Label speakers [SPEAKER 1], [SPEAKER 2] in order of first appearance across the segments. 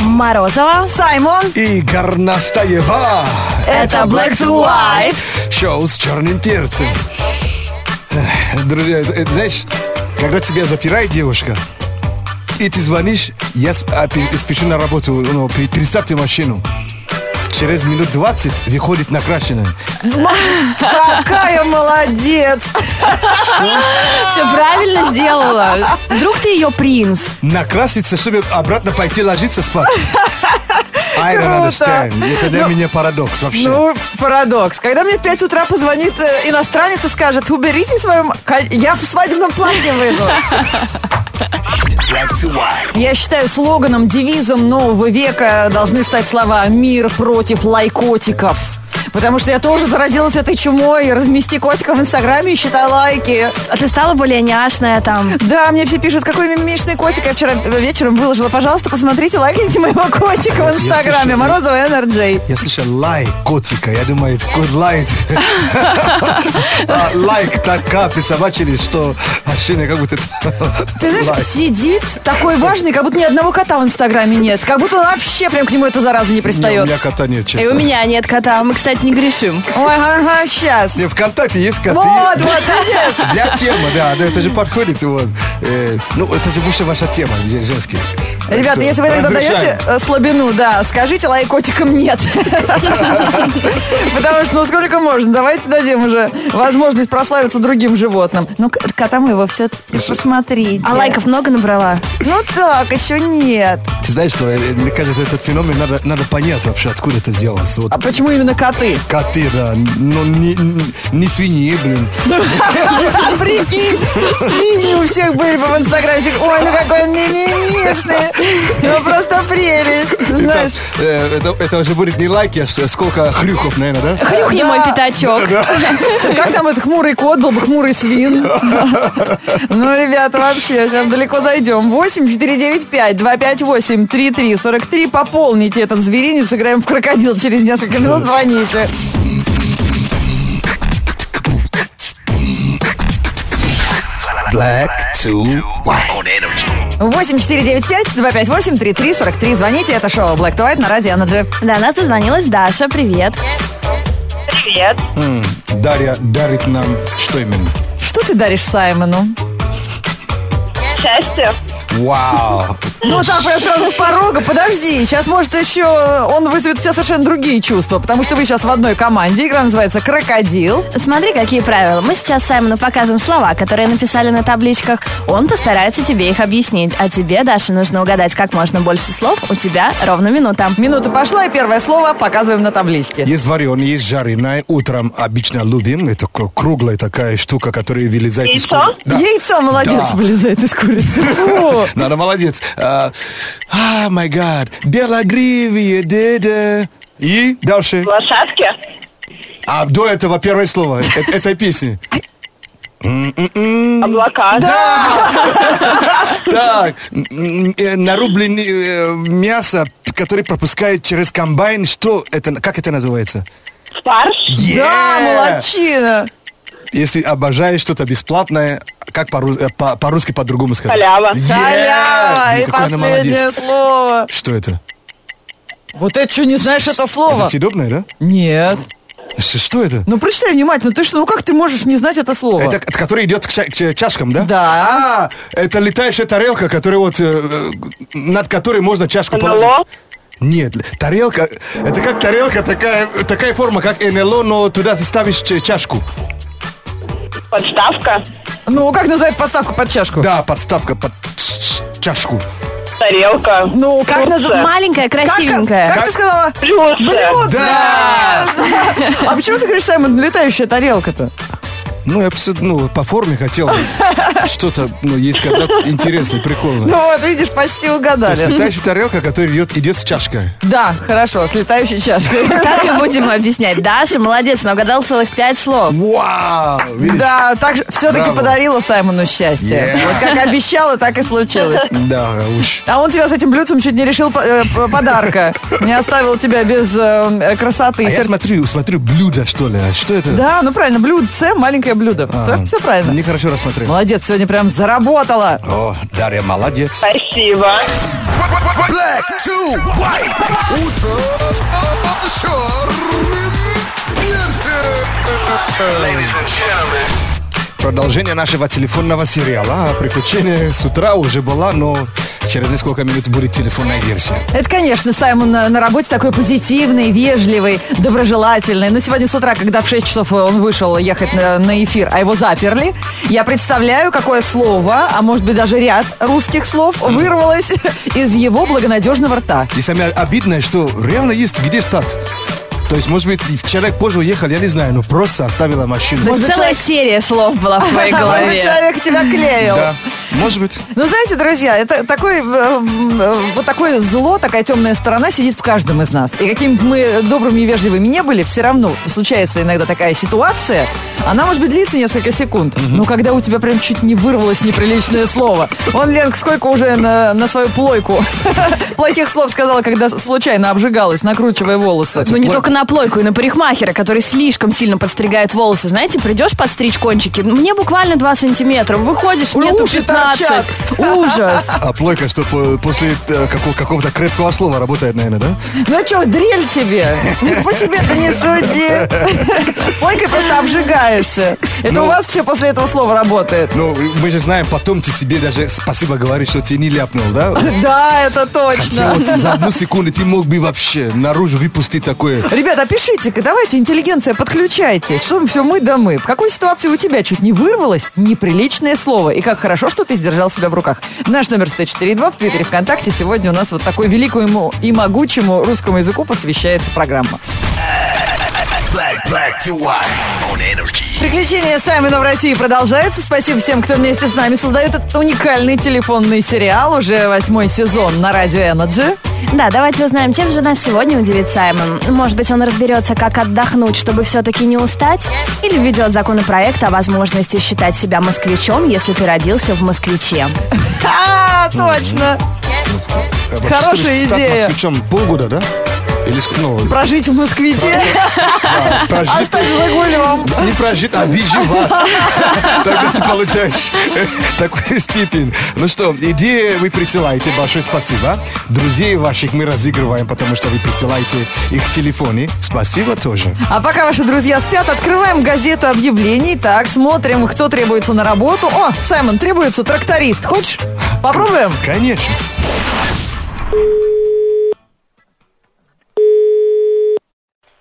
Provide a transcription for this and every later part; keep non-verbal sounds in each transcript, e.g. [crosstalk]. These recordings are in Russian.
[SPEAKER 1] Морозова.
[SPEAKER 2] Саймон.
[SPEAKER 3] И Горнастаева.
[SPEAKER 2] Это Black to White.
[SPEAKER 3] Шоу с черным перцем. Эх, Друзья, это- это, знаешь, когда тебя запирает девушка, и ты звонишь, я сп- а, пи- спешу на работу, ну, пе- переставьте машину. Через минут 20 выходит накрашенная.
[SPEAKER 2] [laughs] Какая молодец.
[SPEAKER 1] Все правильно сделала. Вдруг ты ее принц.
[SPEAKER 3] Накраситься, чтобы обратно пойти ложиться
[SPEAKER 2] [laughs]
[SPEAKER 3] спать. I don't
[SPEAKER 2] Круто.
[SPEAKER 3] understand. Это для
[SPEAKER 2] Ну,
[SPEAKER 3] меня парадокс вообще.
[SPEAKER 2] Ну, парадокс. Когда мне в 5 утра позвонит э, иностранец и скажет, уберите свою... м- ка- Я в свадебном платье выйду.
[SPEAKER 4] Black to white.
[SPEAKER 2] [laughs] Я считаю, слоганом, девизом нового века должны стать слова «Мир против лайкотиков». Потому что я тоже заразилась этой чумой. Размести котиков в Инстаграме и считай лайки.
[SPEAKER 1] А ты стала более няшная там.
[SPEAKER 2] Да, мне все пишут, какой мимимишный котик я вчера вечером выложила. Пожалуйста, посмотрите, лайкните моего котика в
[SPEAKER 3] слышал.
[SPEAKER 2] Инстаграме. Морозова Энерджей.
[SPEAKER 3] Я слышал лай котика, я думаю, это кот лает.
[SPEAKER 2] [laughs]
[SPEAKER 3] А, Лайк так капли собачили, что ощущение как будто... это
[SPEAKER 2] Ты знаешь,
[SPEAKER 3] лайк.
[SPEAKER 2] сидит такой важный, как будто ни одного кота в Инстаграме нет. Как будто он вообще прям к нему эта зараза не
[SPEAKER 3] Не, У
[SPEAKER 2] пристает.
[SPEAKER 3] меня кота нет,
[SPEAKER 1] И у
[SPEAKER 3] честно.
[SPEAKER 1] меня нет кота. Мы, кстати, не грешим.
[SPEAKER 2] Ой, ага, сейчас.
[SPEAKER 3] Мне ВКонтакте есть коты.
[SPEAKER 2] Вот, вот,
[SPEAKER 3] [laughs]
[SPEAKER 2] видишь?
[SPEAKER 3] Я тема, да, да, это же подходит. Вот. Э, ну, это же больше ваша тема, же- женский. Так
[SPEAKER 2] Ребята,
[SPEAKER 3] что
[SPEAKER 2] если вы иногда
[SPEAKER 3] разрешаем.
[SPEAKER 2] даете э, слабину, да, скажите лайкотикам нет. Потому что, ну сколько можно, давайте дадим уже возможность прославиться другим животным. Ну, к- кота моего все посмотрите.
[SPEAKER 1] А лайков много набрала?
[SPEAKER 2] Ну так, еще нет.
[SPEAKER 3] Ты знаешь, что, э, мне кажется, этот феномен надо, надо понять вообще, откуда это сделалось. Вот
[SPEAKER 2] А почему именно коты?
[SPEAKER 3] коты, да, но не, не свиньи, блин.
[SPEAKER 2] Прикинь, свиньи у всех были бы в инстаграме. Всех, Ой, ну какой он мимимишный. Ну просто прелесть. Знаешь,
[SPEAKER 3] Это, э, это, это уже будет не лайки, а что- сколько хрюков, наверное, да?
[SPEAKER 1] Хрюхни
[SPEAKER 2] Да.
[SPEAKER 1] мой пятачок.
[SPEAKER 2] Как там этот хмурый кот был бы хмурый свин? Ну, ребята, вообще, сейчас далеко зайдем. 8 495 258 33 43. Пополните этот зверинец, играем в крокодил. Через несколько минут звоните.
[SPEAKER 3] Black
[SPEAKER 4] To white. On energy.
[SPEAKER 2] 8 495 258 33 43. Звоните, это шоу Black to White на радио Energy.
[SPEAKER 1] До нас дозвонилась Даша. Привет.
[SPEAKER 5] Привет.
[SPEAKER 3] Дарья дарит нам что именно?
[SPEAKER 2] Что ты даришь Саймону?
[SPEAKER 5] Счастье.
[SPEAKER 3] Вау!
[SPEAKER 2] Ну, так прям сразу с порога. Подожди, сейчас, может, еще он вызовет у тебя совершенно другие чувства, потому что вы сейчас в одной команде. Игра называется «Крокодил».
[SPEAKER 1] Смотри, какие правила. Мы сейчас Саймону покажем слова, которые написали на табличках. Он постарается тебе их объяснить. А тебе, Даша, нужно угадать как можно больше слов. У тебя ровно минута.
[SPEAKER 2] Минута пошла, и первое слово показываем на табличке.
[SPEAKER 3] Есть вареный, есть жареное. Утром обычно любим. Это ко- круглая такая штука, которая вылезает из
[SPEAKER 5] Яйцо?
[SPEAKER 3] курицы. Да.
[SPEAKER 2] Яйцо, молодец,
[SPEAKER 3] Да.
[SPEAKER 2] вылезает
[SPEAKER 3] [laughs]
[SPEAKER 2] из курицы. О,
[SPEAKER 3] Надо молодец. А, А, май гад. Белогривые деды. И дальше.
[SPEAKER 5] Лошадки.
[SPEAKER 3] А до этого первое слово э- этой песни.
[SPEAKER 5] Облака. Да.
[SPEAKER 3] Так, м, э, нарубленное э, мясо, которое пропускают через комбайн. Что это, как это называется?
[SPEAKER 5] Спарш.
[SPEAKER 2] Да,
[SPEAKER 3] Yeah!
[SPEAKER 2] молодчина.
[SPEAKER 3] Если обожаешь что-то бесплатное, как по-ру- э, по- по-русски по-другому сказать?
[SPEAKER 5] Халява.
[SPEAKER 3] Yeah!
[SPEAKER 2] Халява. И
[SPEAKER 3] Какой она
[SPEAKER 2] последнее
[SPEAKER 3] молодец.
[SPEAKER 2] слово.
[SPEAKER 3] Что это?
[SPEAKER 2] Вот это что, не знаешь это
[SPEAKER 3] Это
[SPEAKER 2] слово?
[SPEAKER 3] съедобное, да?
[SPEAKER 2] Нет.
[SPEAKER 3] Ш- Что это?
[SPEAKER 2] Ну, прочитай внимательно. Ты что, ну как ты можешь не знать это слово?
[SPEAKER 3] Это, к- который идет к, ча- к ча- чашкам, да?
[SPEAKER 2] Да.
[SPEAKER 3] А, это летающая тарелка, которая вот, э, э, над которой можно чашку положить.
[SPEAKER 5] НЛО.
[SPEAKER 3] Нет, л- тарелка, это как тарелка, такая, такая форма, как НЛО, но туда ты ставишь ч- чашку.
[SPEAKER 5] Подставка.
[SPEAKER 2] Ну, как называют поставку под чашку?
[SPEAKER 3] Да, подставка под ч- ч- чашку.
[SPEAKER 5] Тарелка.
[SPEAKER 2] Ну, как
[SPEAKER 5] Блюдце.
[SPEAKER 2] называют?
[SPEAKER 1] Маленькая, красивенькая.
[SPEAKER 2] Как, как ты сказала?
[SPEAKER 5] Блюдце.
[SPEAKER 3] Да!
[SPEAKER 2] А почему ты говоришь, Саймон, летающая тарелка-то?
[SPEAKER 3] Ну, я бы всё- ну, по форме хотел
[SPEAKER 2] [laughs]
[SPEAKER 3] что-то, ну, есть когда интересное, прикольное.
[SPEAKER 2] Ну вот, видишь, почти
[SPEAKER 3] То есть
[SPEAKER 2] угадали.
[SPEAKER 3] летающая тарелка, которая идет, идет с чашкой.
[SPEAKER 2] Да, хорошо, с летающей чашкой.
[SPEAKER 1] Так и будем объяснять. Даша, молодец, но угадал целых пять слов.
[SPEAKER 3] Вау! Видишь?
[SPEAKER 2] Да, так же- все-таки
[SPEAKER 3] Браво.
[SPEAKER 2] подарила Саймону счастье.
[SPEAKER 3] Yeah.
[SPEAKER 2] Вот как обещала, так и случилось.
[SPEAKER 3] Да, уж.
[SPEAKER 2] А он тебя с этим блюдцем чуть не решил по- э, п- подарка. Не оставил тебя без э, красоты.
[SPEAKER 3] А я
[SPEAKER 2] Сер-
[SPEAKER 3] смотрю, смотрю блюдо, что ли. а Что это?
[SPEAKER 2] Да, ну правильно, блюдце, маленькое русское блюдо.
[SPEAKER 3] А.
[SPEAKER 2] Все, все правильно.
[SPEAKER 3] Нехорошо рассмотрел.
[SPEAKER 2] Молодец, сегодня прям заработала.
[SPEAKER 3] О, Дарья, молодец.
[SPEAKER 5] Спасибо.
[SPEAKER 4] Black to white. Утро с черным перцем.
[SPEAKER 3] Продолжение нашего телефонного сериала. А, Приключение с утра уже была, но через несколько минут будет телефонная версия.
[SPEAKER 2] Это, конечно, Саймон на, на работе такой позитивный, вежливый, доброжелательный. Но сегодня с утра, когда в 6 часов он вышел ехать на, на эфир, а его заперли, я представляю, какое слово, а может быть даже ряд русских слов вырвалось [laughs] из его благонадежного рта.
[SPEAKER 3] И самое обидное, что реально есть где стать. То есть, может быть, и вчера позже уехал, я не знаю, но просто оставила машину.
[SPEAKER 1] То есть
[SPEAKER 2] быть,
[SPEAKER 1] целая
[SPEAKER 2] человек-
[SPEAKER 1] серия слов была в твоей
[SPEAKER 2] Может,
[SPEAKER 1] голове.
[SPEAKER 2] человек тебя клеил.
[SPEAKER 3] Да, может быть.
[SPEAKER 2] Ну, знаете, друзья, это такой, э, м, э, вот такое зло, такая темная сторона сидит в каждом из нас. И какими бы мы добрыми и вежливыми не были, все равно случается иногда такая ситуация. Она может быть длится несколько секунд. Но когда у тебя прям чуть не вырвалось неприличное слово. Вон, Ленка, сколько уже на, на свою плойку [laughs] плохих слов сказала, когда случайно обжигалась, накручивая волосы.
[SPEAKER 1] Ну, не только на плойку, и на парикмахера, который слишком сильно подстригает волосы. Знаете, придешь подстричь кончики, ну, мне буквально 2 сантиметра, выходишь,
[SPEAKER 2] Уже
[SPEAKER 1] нету
[SPEAKER 2] уши
[SPEAKER 1] 15. Ужас.
[SPEAKER 3] А плойка, что по- после э, какого- какого-то крепкого слова работает, наверное, да?
[SPEAKER 2] Ну а что, дрель тебе? Не по себе-то не суди. Плойкой просто обжигаешься. Это
[SPEAKER 3] Ну.
[SPEAKER 2] у вас все после этого слова работает.
[SPEAKER 3] Ну, мы же знаем, потом ты себе даже спасибо говоришь, что ты не ляпнул, да?
[SPEAKER 2] Да, это
[SPEAKER 3] Хотя
[SPEAKER 2] точно.
[SPEAKER 3] вот за одну секунду ты мог бы вообще наружу выпустить такое.
[SPEAKER 2] Ребята, пишите-ка, давайте, интеллигенция, подключайтесь. Что все мы да мы. В какой ситуации у тебя чуть не вырвалось неприличное слово? И как хорошо, что ты сдержал себя в руках. Наш номер 104.2 в Твиттере ВКонтакте. Сегодня у нас вот такой великому и могучему русскому языку посвящается программа.
[SPEAKER 4] Black, black to white. On energy.
[SPEAKER 2] Приключения Саймона в России продолжаются. Спасибо всем, кто вместе с нами создает этот уникальный телефонный сериал. Уже восьмой сезон на Радио Energy.
[SPEAKER 1] Да, давайте узнаем, чем же нас сегодня удивит Саймон. Может быть, он разберется, как отдохнуть, чтобы все-таки не устать? Или введет законопроект о возможности считать себя москвичом, если ты родился в москвиче?
[SPEAKER 2] А, точно!
[SPEAKER 3] Э, вообще,
[SPEAKER 2] Хорошая
[SPEAKER 3] чтобы стать
[SPEAKER 2] идея.
[SPEAKER 3] москвичом полгода, да? Или ск- ну,
[SPEAKER 2] Прожить в москвиче,
[SPEAKER 3] прожить-
[SPEAKER 2] [laughs] а стать Жигулем.
[SPEAKER 3] Не прожить, а выживать. Тогда ты получаешь э, такую степень. Ну что, идеи вы присылаете. Большое спасибо. Друзей ваших мы разыгрываем, потому что вы присылаете их телефоны. Спасибо тоже.
[SPEAKER 2] А пока ваши друзья спят, открываем газету объявлений. Так, смотрим, кто требуется на работу. О, Саймон, требуется тракторист. Хочешь? Попробуем?
[SPEAKER 3] Конечно.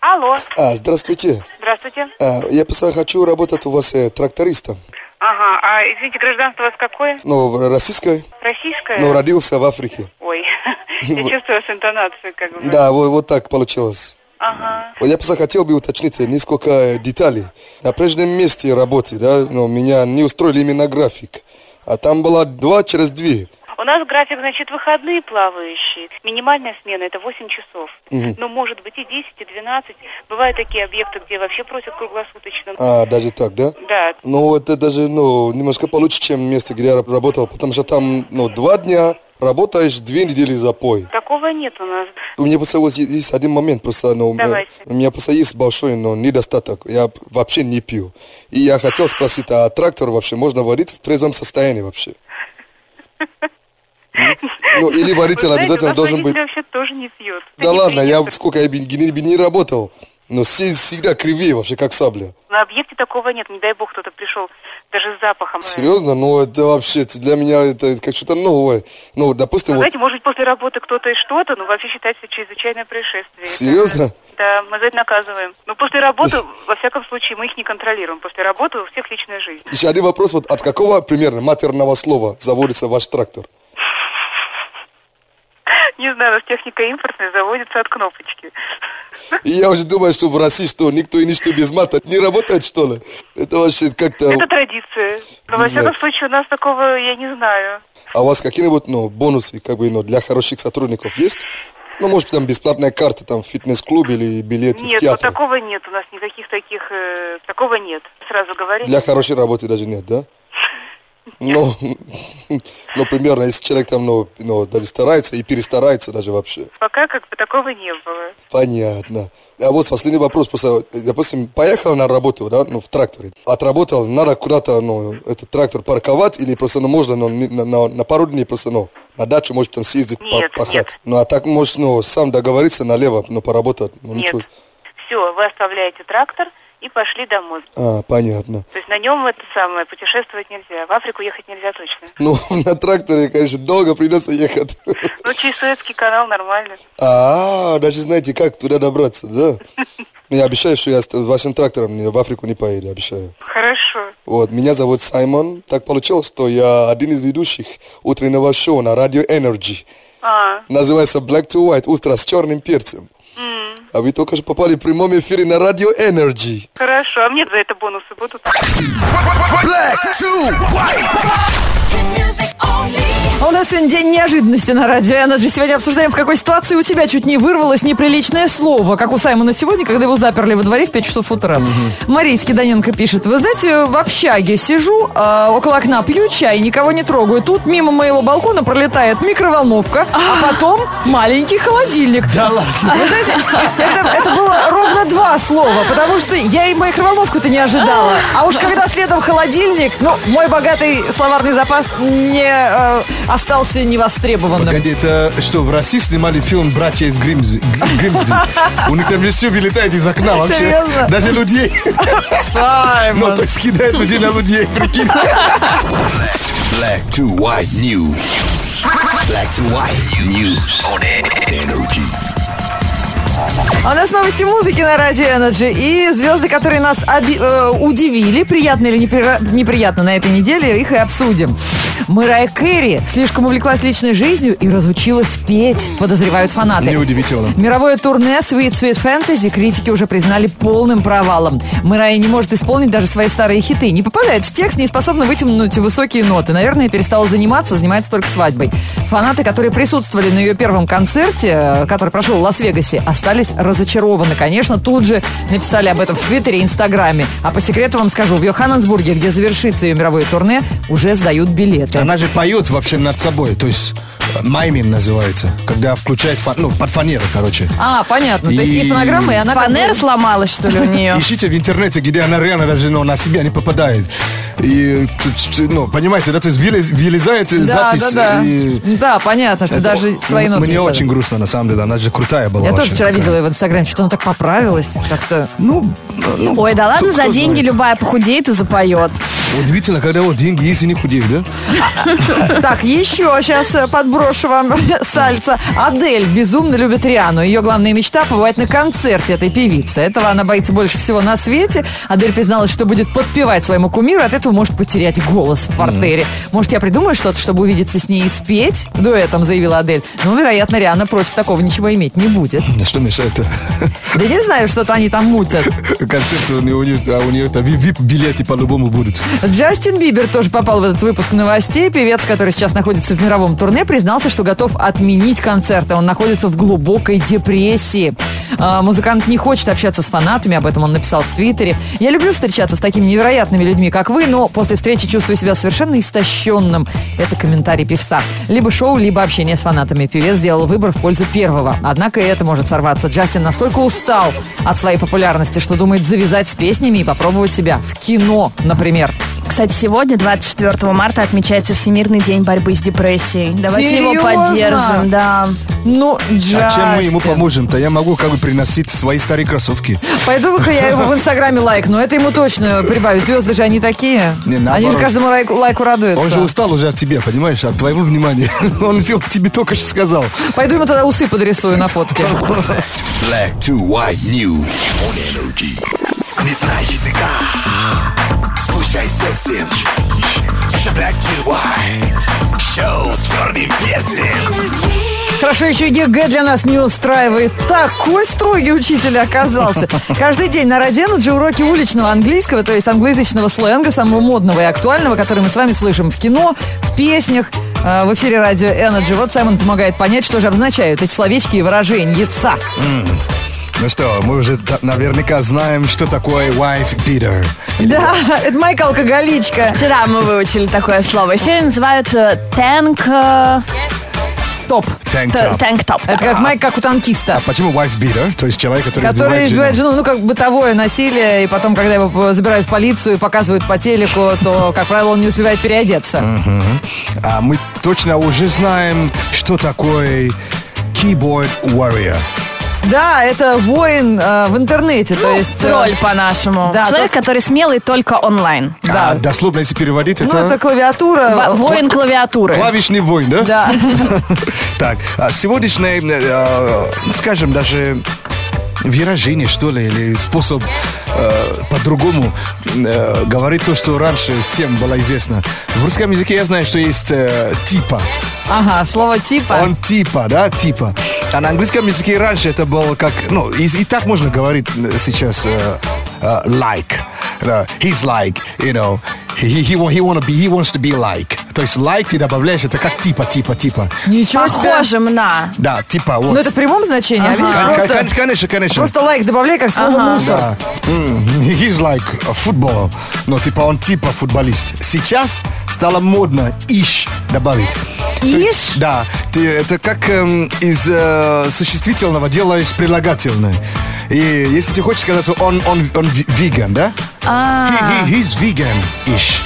[SPEAKER 6] Алло,
[SPEAKER 3] А, здравствуйте. А,
[SPEAKER 6] здравствуйте.
[SPEAKER 3] я просто хочу работать у вас э, трактористом.
[SPEAKER 6] Ага, а извините, гражданство у вас какое?
[SPEAKER 3] Ну, российской.
[SPEAKER 6] Российское?
[SPEAKER 2] Э.
[SPEAKER 3] родился в Африке.
[SPEAKER 6] Ой, [laughs] я чувствую вашу интонацию, как бы.
[SPEAKER 3] вот, вот так получилось.
[SPEAKER 6] Ага.
[SPEAKER 3] Вот Я просто хотел бы уточнить несколько э, деталей. На прежнем месте работы, да, но меня не устроили именно график. А там было два через две.
[SPEAKER 6] У нас график, значит, выходные плавающие. Минимальная смена – это 8 часов. Ну, может быть, и 10, и 12. Бывают такие объекты, где вообще просят круглосуточно.
[SPEAKER 7] А, даже так, да?
[SPEAKER 6] Да.
[SPEAKER 7] Ну, это даже, ну, немножко получше, чем место, где я раб- работал, потому что там, ну, два дня работаешь, две недели запой.
[SPEAKER 6] Такого нет у нас.
[SPEAKER 7] У меня просто вот е- есть один момент, просто, ну, у меня-
[SPEAKER 6] Давайте.
[SPEAKER 7] у меня просто есть большой, но недостаток. Я п- вообще не пью. И я хотел спросить, а трактор вообще можно варить в трезвом
[SPEAKER 6] [laughs]
[SPEAKER 7] состоянии вообще? Ну, или
[SPEAKER 6] Вы
[SPEAKER 7] варитель
[SPEAKER 6] знаете,
[SPEAKER 7] обязательно
[SPEAKER 6] у нас
[SPEAKER 7] должен быть.
[SPEAKER 6] водитель вообще тоже не пьет.
[SPEAKER 7] Да
[SPEAKER 6] Не
[SPEAKER 7] ладно, я
[SPEAKER 6] принято.
[SPEAKER 7] сколько я бы не, бы не работал, но все всегда кривее вообще, как сабля.
[SPEAKER 6] На объекте такого нет, не дай бог кто-то пришел даже с запахом.
[SPEAKER 7] Серьезно? Ну, это вообще это для меня это как что-то новое. Ну, допустим,
[SPEAKER 6] Вы
[SPEAKER 7] вот...
[SPEAKER 6] знаете, может быть, после работы кто-то и что-то, но вообще считается чрезвычайное происшествие.
[SPEAKER 7] Серьезно?
[SPEAKER 6] Да, мы за это наказываем. Но после работы, во всяком случае, мы их не контролируем. После работы у всех личная жизнь. [laughs]
[SPEAKER 7] Еще один вопрос. Вот от какого примерно матерного слова заводится ваш трактор?
[SPEAKER 6] Не знаю, у нас техника импортная заводится от кнопочки. [laughs]
[SPEAKER 7] И я уже думаю, что в России что, никто и ничто без мата не работает, что ли? Это вообще как-то...
[SPEAKER 6] Это традиция. Но во
[SPEAKER 7] Ну, Не знаю.
[SPEAKER 6] всяком случае, у нас такого я не знаю.
[SPEAKER 7] А у вас какие-нибудь ну, бонусы как бы, ну, для хороших сотрудников есть? Ну, может, там бесплатная карта, там, в фитнес-клуб или билет
[SPEAKER 6] Нет,
[SPEAKER 7] в
[SPEAKER 6] ну, вот
[SPEAKER 7] театр?
[SPEAKER 6] такого нет. У нас никаких таких... э, такого нет. Сразу говорю.
[SPEAKER 7] Для хорошей работы даже нет, да? Ну, ну, примерно, если человек там, ну, ну, даже старается и перестарается даже вообще.
[SPEAKER 6] Пока как бы такого не было.
[SPEAKER 7] Понятно. А вот последний вопрос. Просто, э, допустим, поехал на работу, да, ну, в тракторе. Отработал, надо куда-то, ну, этот трактор парковать или просто, ну, можно, ну, не- на, на- на пару дней просто, ну, на дачу, может, там съездить, по-
[SPEAKER 6] Нет,
[SPEAKER 7] пахать.
[SPEAKER 6] нет.
[SPEAKER 7] Ну, а так, может, ну, сам договориться налево, ну, поработать. Ну,
[SPEAKER 6] Нет.
[SPEAKER 7] ничего.
[SPEAKER 6] Все, вы оставляете трактор и пошли домой.
[SPEAKER 7] А, понятно.
[SPEAKER 6] То есть на нем это самое путешествовать нельзя. В Африку ехать нельзя точно.
[SPEAKER 7] Ну, [laughs] на тракторе, конечно, долго придется ехать.
[SPEAKER 6] Ну, через Суэцкий канал нормально.
[SPEAKER 7] А, даже знаете, как туда добраться, да? Ну, я обещаю, что я с вашим трактором не- в Африку не поеду, обещаю.
[SPEAKER 6] Хорошо.
[SPEAKER 7] Вот, меня зовут Саймон. Так получилось, что я один из ведущих утреннего шоу на радио Energy.
[SPEAKER 6] А,
[SPEAKER 7] Называется Black to White, утро с черным перцем. А вы только что попали в прямом эфире на радио Energy.
[SPEAKER 6] хорошо. А мне за это бонусы будут.
[SPEAKER 4] Black to white.
[SPEAKER 2] А У нас сегодня день неожиданности на радио Energy. Сегодня обсуждаем, в какой ситуации у тебя чуть не вырвалось неприличное слово, как у Саймона сегодня, когда его заперли во дворе в 5 часов утра. Мария Скиданенко пишет. Вы знаете, в общаге сижу, а, около окна пью чай, никого не трогаю. Тут мимо моего балкона пролетает микроволновка, а потом маленький холодильник.
[SPEAKER 3] Да ладно.
[SPEAKER 2] Вы знаете, это, это было ровно два слова, потому что я и микроволновку-то не ожидала. А уж когда следом холодильник, ну, мой богатый словарный запас не э, остался невостребованным.
[SPEAKER 3] Погоди, это а что, в России снимали фильм «Братья из Гримзи, Гри- Гримсби»? У них там все вылетает из окна вообще.
[SPEAKER 2] Серьезно?
[SPEAKER 3] Даже людей. Ну,
[SPEAKER 2] Саймон.
[SPEAKER 3] то есть кидают людей на людей, прикинь.
[SPEAKER 4] Black to white news. Black to white news on energy.
[SPEAKER 2] А у нас новости музыки на Радио Energy. И звезды, которые нас оби- э, удивили, приятно или непри- неприятно на этой неделе, их и обсудим. Мэрайя Кэрри слишком увлеклась личной жизнью и разучилась петь, подозревают фанаты.
[SPEAKER 3] Неудивительно.
[SPEAKER 2] Мировое турне Sweet Sweet Fantasy критики уже признали полным провалом. Мэрайя не может исполнить даже свои старые хиты. Не попадает в текст, не способна вытянуть высокие ноты. Наверное, перестала заниматься, занимается только свадьбой. Фанаты, которые присутствовали на ее первом концерте, э, который прошел в Лас-Вегасе, остались разочарованы. Конечно, тут же написали об этом в Твиттере и Инстаграме. А по секрету вам скажу, в Йоханнесбурге, где завершится ее мировое турне, уже сдают билеты.
[SPEAKER 3] Она же поет вообще над собой, то есть маймин называется, когда включает фон- ну, под фанеру, короче.
[SPEAKER 2] А, понятно. То есть и
[SPEAKER 3] И-
[SPEAKER 2] фонограммы, и она... как бы-
[SPEAKER 1] Фанера сломалась, что ли, у
[SPEAKER 2] [laughs]
[SPEAKER 1] нее?
[SPEAKER 3] Ищите в интернете, где она реально даже ну, на себя не попадает. И, т- т- ну, понимаете, да, то есть вылез- вылезает э,
[SPEAKER 2] Да,
[SPEAKER 3] запись.
[SPEAKER 2] да, да.
[SPEAKER 3] и-
[SPEAKER 2] Да, понятно, что
[SPEAKER 3] Это
[SPEAKER 2] даже
[SPEAKER 3] о-
[SPEAKER 2] в свои
[SPEAKER 3] м-
[SPEAKER 2] ноты. не
[SPEAKER 3] Мне
[SPEAKER 2] падает.
[SPEAKER 3] очень грустно, на самом деле, она же крутая была.
[SPEAKER 2] Я тоже
[SPEAKER 3] вообще
[SPEAKER 2] вчера
[SPEAKER 3] такая.
[SPEAKER 2] видела ее в Инстаграме, что она так поправилась. Как-то.
[SPEAKER 3] Ну, ну,
[SPEAKER 1] Ой, да ладно,
[SPEAKER 3] кто-
[SPEAKER 1] за
[SPEAKER 3] кто
[SPEAKER 1] деньги
[SPEAKER 3] знает.
[SPEAKER 1] любая похудеет и запоет.
[SPEAKER 3] Удивительно, когда вот деньги есть и не худеешь, да?
[SPEAKER 2] Так, еще сейчас подброшу вам [laughs] сальца. Адель безумно любит Риану. Ее главная мечта побывать на концерте этой певицы. Этого она боится больше всего на свете. Адель призналась, что будет подпевать своему кумиру, от этого может потерять голос в портере. Может, я придумаю что-то, чтобы увидеться с ней и спеть? Дуэтом заявила Адель. Но, вероятно, Риана против такого ничего иметь не будет.
[SPEAKER 3] На Что мешает? [laughs]
[SPEAKER 2] Да не знаю, что-то они там мутят.
[SPEAKER 3] Концерт у нее, у нее, а у нее там вип-билеты по-любому будут.
[SPEAKER 2] Джастин Бибер тоже попал в этот выпуск новостей. Певец, который сейчас находится в мировом турне, признался, что готов отменить концерты. Он находится в глубокой депрессии. А, Музыкант не хочет общаться с фанатами, об этом он написал в Твиттере. «Я люблю встречаться с такими невероятными людьми, как вы, но после встречи чувствую себя совершенно истощенным». Это комментарий певца. Либо шоу, либо общение с фанатами. Певец сделал выбор в пользу первого. Однако и это может сорваться. Джастин настолько устал от своей популярности, что думает завязать с песнями и попробовать себя в кино, например.
[SPEAKER 1] Кстати, сегодня, 24 марта, отмечается Всемирный день борьбы с депрессией. Давайте его
[SPEAKER 2] Серьезно?
[SPEAKER 1] поддержим, да.
[SPEAKER 2] Ну, Джастин.
[SPEAKER 3] А чем мы ему поможем-то? Я могу как бы приносить свои старые кроссовки.
[SPEAKER 2] Пойду-ка я его в Инстаграме лайк, но это ему точно прибавить. Звезды же они такие.
[SPEAKER 3] Не,
[SPEAKER 2] они же
[SPEAKER 3] наоборот.
[SPEAKER 2] каждому лайку, лайку радуются.
[SPEAKER 3] Он же устал уже от тебя, понимаешь, от твоего внимания. [laughs] Он же тебе только что сказал.
[SPEAKER 2] Пойду ему тогда усы подрисую на фотке.
[SPEAKER 4] Black to white news on energy. Не знаешь языка, слушай сердцем. Это Black to white. Шоу с черным перцем.
[SPEAKER 2] Хорошо, еще и ЕГЭ для нас не устраивает. Такой строгий учитель оказался. Каждый день на Роденадже уроки уличного английского, то есть англоязычного сленга, самого модного и актуального, который мы с вами слышим в кино, в песнях, э, в эфире радио Energy. Вот Саймон помогает понять, что же обозначают эти словечки и выражения.
[SPEAKER 3] Ну что, мы уже та- наверняка знаем, что такое wife beater.
[SPEAKER 2] Да, [laughs] это Майка алкоголичка.
[SPEAKER 1] Вчера мы выучили такое слово. Еще называют э, танк...
[SPEAKER 2] Топ.
[SPEAKER 3] Tank top. А
[SPEAKER 1] Танк-топ.
[SPEAKER 2] Это как Майк, как у танкиста.
[SPEAKER 3] Почему wife beater? То есть человек, который,
[SPEAKER 2] Который избивает
[SPEAKER 3] избивает жену.
[SPEAKER 2] жену, ну, как бытовое насилие, и потом, когда его забирают в полицию и показывают по телеку, то, как правило, он не успевает переодеться.
[SPEAKER 3] А мы точно уже знаем, что такое keyboard warrior.
[SPEAKER 2] Да, это воин э, в интернете, то есть...
[SPEAKER 1] Ну,
[SPEAKER 2] э,
[SPEAKER 1] Тролль по-нашему.
[SPEAKER 2] Да,
[SPEAKER 1] Человек,
[SPEAKER 2] тот-
[SPEAKER 1] который смелый только онлайн.
[SPEAKER 2] Да.
[SPEAKER 3] А дословно, если переводить,
[SPEAKER 2] Ну, это
[SPEAKER 3] это
[SPEAKER 1] Во-
[SPEAKER 2] клавиатура.
[SPEAKER 1] Воин клавиатуры.
[SPEAKER 3] клавишный бой, да?
[SPEAKER 2] Да.
[SPEAKER 3] [laughs] Так, а сегодняшнее, э, э, скажем, даже выражение, что ли, или способ э, по-другому э, говорить то, что раньше всем было известно. В русском языке я знаю, что есть э, типа.
[SPEAKER 2] Ага, слово типа.
[SPEAKER 3] Он типа, да, типа. А на английском языке раньше это было как, ну, и, и так можно говорить э, сейчас э, э, like. Да, he's like, you know, he, he, wa- he, wanna be, he wants to be like. То есть like ты добавляешь, это как типа, типа, типа.
[SPEAKER 2] Ничего себе.
[SPEAKER 1] Похожим на.
[SPEAKER 3] Да, типа, вот.
[SPEAKER 2] Ну, это в прямом значении, а
[SPEAKER 3] Кон-
[SPEAKER 2] видишь,
[SPEAKER 3] кон-
[SPEAKER 2] просто...
[SPEAKER 3] кон- Конечно, конечно.
[SPEAKER 2] Просто лайк добавляй, как слово мусор.
[SPEAKER 3] Да. М, [laughs] He's like a footballer. Ну, типа, он типа футболист. Сейчас стало модно ish добавить. То есть,
[SPEAKER 2] Ишь?
[SPEAKER 3] Да. Ты, это как эм, из э, существительного делаешь прилагательное. И если ты хочешь сказать, что он, он, он ви- веган, да?
[SPEAKER 2] А.
[SPEAKER 3] He- he- he's vegan-ish.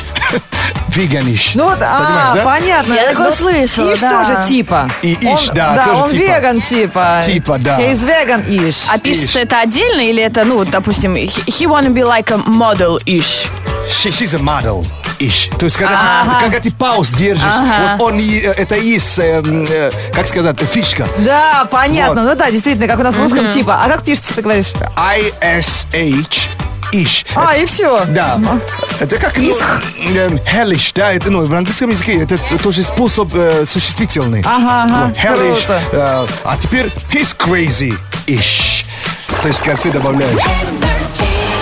[SPEAKER 3] [laughs] Vegan-ish.
[SPEAKER 2] Ну вот, а,
[SPEAKER 3] Понимаешь, да?
[SPEAKER 2] понятно.
[SPEAKER 1] Я такое
[SPEAKER 2] Ну,
[SPEAKER 1] слышала,
[SPEAKER 2] Иш
[SPEAKER 1] да.
[SPEAKER 2] тоже типа.
[SPEAKER 3] И иш,
[SPEAKER 2] он,
[SPEAKER 3] да, тоже
[SPEAKER 2] он
[SPEAKER 3] типа.
[SPEAKER 2] веган типа.
[SPEAKER 3] Типа, да.
[SPEAKER 2] He's vegan иш.
[SPEAKER 1] А пишется это отдельно или это, ну, допустим, he he wanna be like a model-ish?
[SPEAKER 3] She- she's a model. Ish. То есть, когда,
[SPEAKER 1] Ага.
[SPEAKER 3] ты, когда ты пауз держишь,
[SPEAKER 1] Ага.
[SPEAKER 3] вот он и, э, это и есть, эм, э, как сказать, фишка.
[SPEAKER 2] Да, понятно.
[SPEAKER 3] Вот.
[SPEAKER 2] Ну да, действительно, как у нас в русском типа. А как пишется, ты говоришь?
[SPEAKER 3] I-S-H, ish.
[SPEAKER 2] А, и а. все.
[SPEAKER 3] Да. Это как ну, эм, hellish, да, это, ну, в английском языке это т- тоже способ э, существительный.
[SPEAKER 2] Ага, ага,
[SPEAKER 3] Вот, hellish.
[SPEAKER 2] круто.
[SPEAKER 3] э, а теперь he's crazy-ish. То есть в конце добавляешь.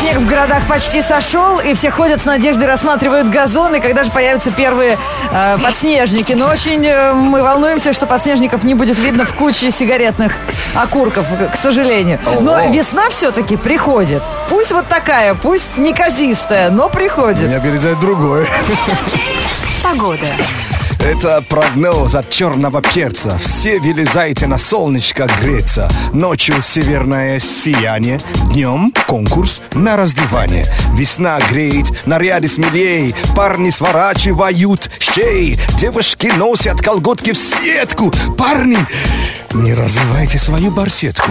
[SPEAKER 2] Снег в городах почти сошел, и все ходят с надеждой, рассматривают газоны, когда же появятся первые э, подснежники. Но очень э, мы волнуемся, что подснежников не будет видно в куче сигаретных окурков, к- к сожалению. Но
[SPEAKER 3] Ого.
[SPEAKER 2] весна все-таки приходит. Пусть вот такая, пусть неказистая, но приходит.
[SPEAKER 3] Меня передает другое.
[SPEAKER 8] Погода.
[SPEAKER 3] Это прогноз от черного перца. Все вылезайте на солнышко греться. Ночью северное сияние, днем конкурс на раздевание. Весна греет, наряды смелей, парни сворачивают шеи. Девушки носят колготки в сетку. Парни, не разрывайте свою барсетку.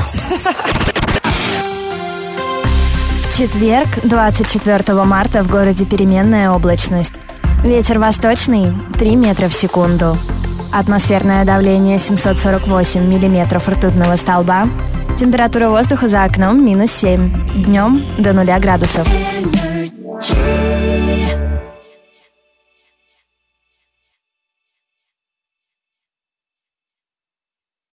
[SPEAKER 1] Четверг, 24 марта в городе переменная облачность. Ветер восточный 3 метра в секунду. Атмосферное давление 748 миллиметров ртутного столба. Температура воздуха за окном минус 7. Днем до 0 градусов.